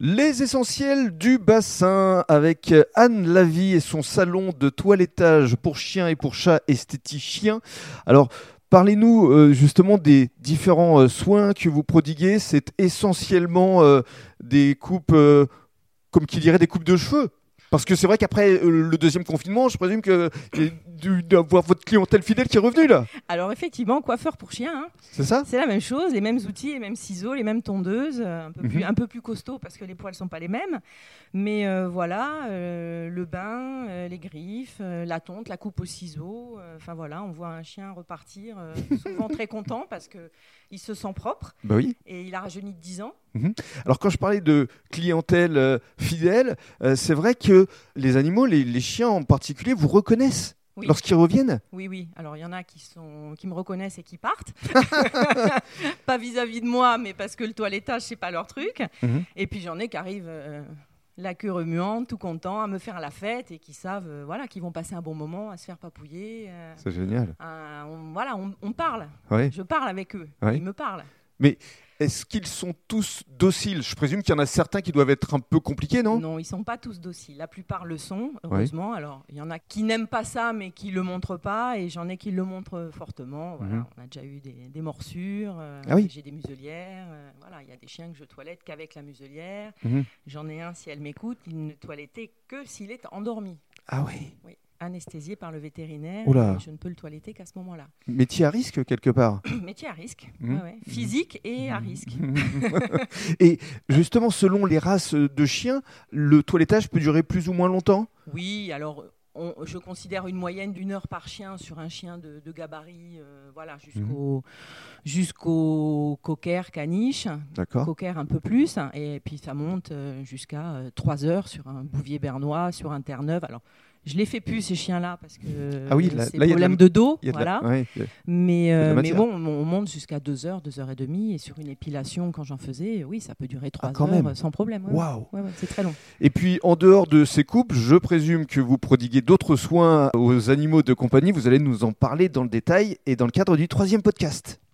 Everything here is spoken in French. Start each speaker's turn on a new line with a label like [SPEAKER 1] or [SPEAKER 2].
[SPEAKER 1] Les essentiels du bassin avec Anne Lavie et son salon de toilettage pour chiens et pour chats esthéticiens. Alors, Parlez-nous euh, justement des différents euh, soins que vous prodiguez. C'est essentiellement euh, des coupes, euh, comme qui dirait, des coupes de cheveux. Parce que c'est vrai qu'après euh, le deuxième confinement, je présume que il y a dû avoir votre clientèle fidèle qui est revenue là.
[SPEAKER 2] Alors effectivement, coiffeur pour chien, hein.
[SPEAKER 1] C'est ça
[SPEAKER 2] c'est la même chose, les mêmes outils, les mêmes ciseaux, les mêmes tondeuses, euh, un peu, plus,
[SPEAKER 1] Mhm.
[SPEAKER 2] un peu plus costaud parce que les poils sont pas les mêmes. Mais euh, voilà, euh, le bain, euh, les griffes, euh, la tonte, la coupe au ciseau. euh, Enfin voilà, on voit un chien repartir euh, souvent très content parce que il se sent propre
[SPEAKER 1] Bah oui.
[SPEAKER 2] et il a rajeuni de 10 ans.
[SPEAKER 1] Alors quand je parlais de clientèle euh, fidèle, euh, c'est vrai que les animaux, les, les chiens en particulier, vous reconnaissent
[SPEAKER 2] Oui.
[SPEAKER 1] lorsqu'ils reviennent.
[SPEAKER 2] Oui, oui. Alors, il y en a qui, sont... qui me reconnaissent et qui partent. pas vis-à-vis de moi, mais parce que le toilettage, c'est pas leur truc.
[SPEAKER 1] Mhm.
[SPEAKER 2] Et puis, j'en ai qui arrivent euh, la queue remuante, tout content, à me faire la fête et qui savent euh, voilà, qu'ils vont passer un bon moment, à se faire papouiller. euh,
[SPEAKER 1] C'est génial.
[SPEAKER 2] à- on- voilà, on, on parle.
[SPEAKER 1] Ouais.
[SPEAKER 2] Je parle avec eux.
[SPEAKER 1] Ouais.
[SPEAKER 2] Ils me parlent.
[SPEAKER 1] Est-ce qu'ils sont tous dociles Je présume qu'il y en a certains qui doivent être un peu compliqués, non
[SPEAKER 2] Non, ils sont pas tous dociles. La plupart le sont, heureusement. Alors, il y en a qui n'aiment pas ça, mais qui le montrent pas, et j'en ai qui le montrent fortement. Voilà,
[SPEAKER 1] Mhm.
[SPEAKER 2] On a déjà eu des, des morsures. euh,
[SPEAKER 1] Ah oui.
[SPEAKER 2] J'ai des muselières. euh, voilà, il y a des chiens que je toilette qu'avec la muselière.
[SPEAKER 1] Mhm.
[SPEAKER 2] J'en ai un, si elle m'écoute, il ne toilettait que s'il est endormi,
[SPEAKER 1] Ah oui.
[SPEAKER 2] anesthésié par le vétérinaire.
[SPEAKER 1] Oula.
[SPEAKER 2] et Je ne peux le toiletter qu'à ce moment-là.
[SPEAKER 1] Métier à risque quelque part.
[SPEAKER 2] Métier à risque,
[SPEAKER 1] Mhm.
[SPEAKER 2] ouais, ouais. physique et à risque.
[SPEAKER 1] et justement, selon les races de chiens, le toilettage peut durer plus ou moins longtemps.
[SPEAKER 2] Oui, alors on- je considère une moyenne d'une heure par chien sur un chien de, de gabarit, euh, voilà,
[SPEAKER 1] Mhm.
[SPEAKER 2] jusqu'au jusqu'au cocker caniche,
[SPEAKER 1] D'accord.
[SPEAKER 2] cocker un peu plus, et puis ça monte euh, jusqu'à euh, trois heures sur un bouvier bernois, sur un terre-neuve. Alors je les fais plus ces chiens-là parce que euh,
[SPEAKER 1] Ah oui, là-
[SPEAKER 2] c'est
[SPEAKER 1] là, il y a de la-
[SPEAKER 2] problème de dos,
[SPEAKER 1] Il y a de la-
[SPEAKER 2] voilà.
[SPEAKER 1] ouais, il y a-
[SPEAKER 2] Mais
[SPEAKER 1] de la
[SPEAKER 2] euh, mais
[SPEAKER 1] matière.
[SPEAKER 2] bon, on on monte jusqu'à deux heures, deux heures et demie, et sur une épilation quand j'en faisais, oui, ça peut durer trois
[SPEAKER 1] Ah, quand
[SPEAKER 2] heures
[SPEAKER 1] même.
[SPEAKER 2] euh, sans problème. ouais, ouais.
[SPEAKER 1] Waouh
[SPEAKER 2] Ouais, ouais, c'est très long.
[SPEAKER 1] Et puis, en dehors de ces coupes, je présume que vous prodiguez d'autres soins aux animaux de compagnie. Vous allez nous en parler dans le détail et dans le cadre du troisième podcast.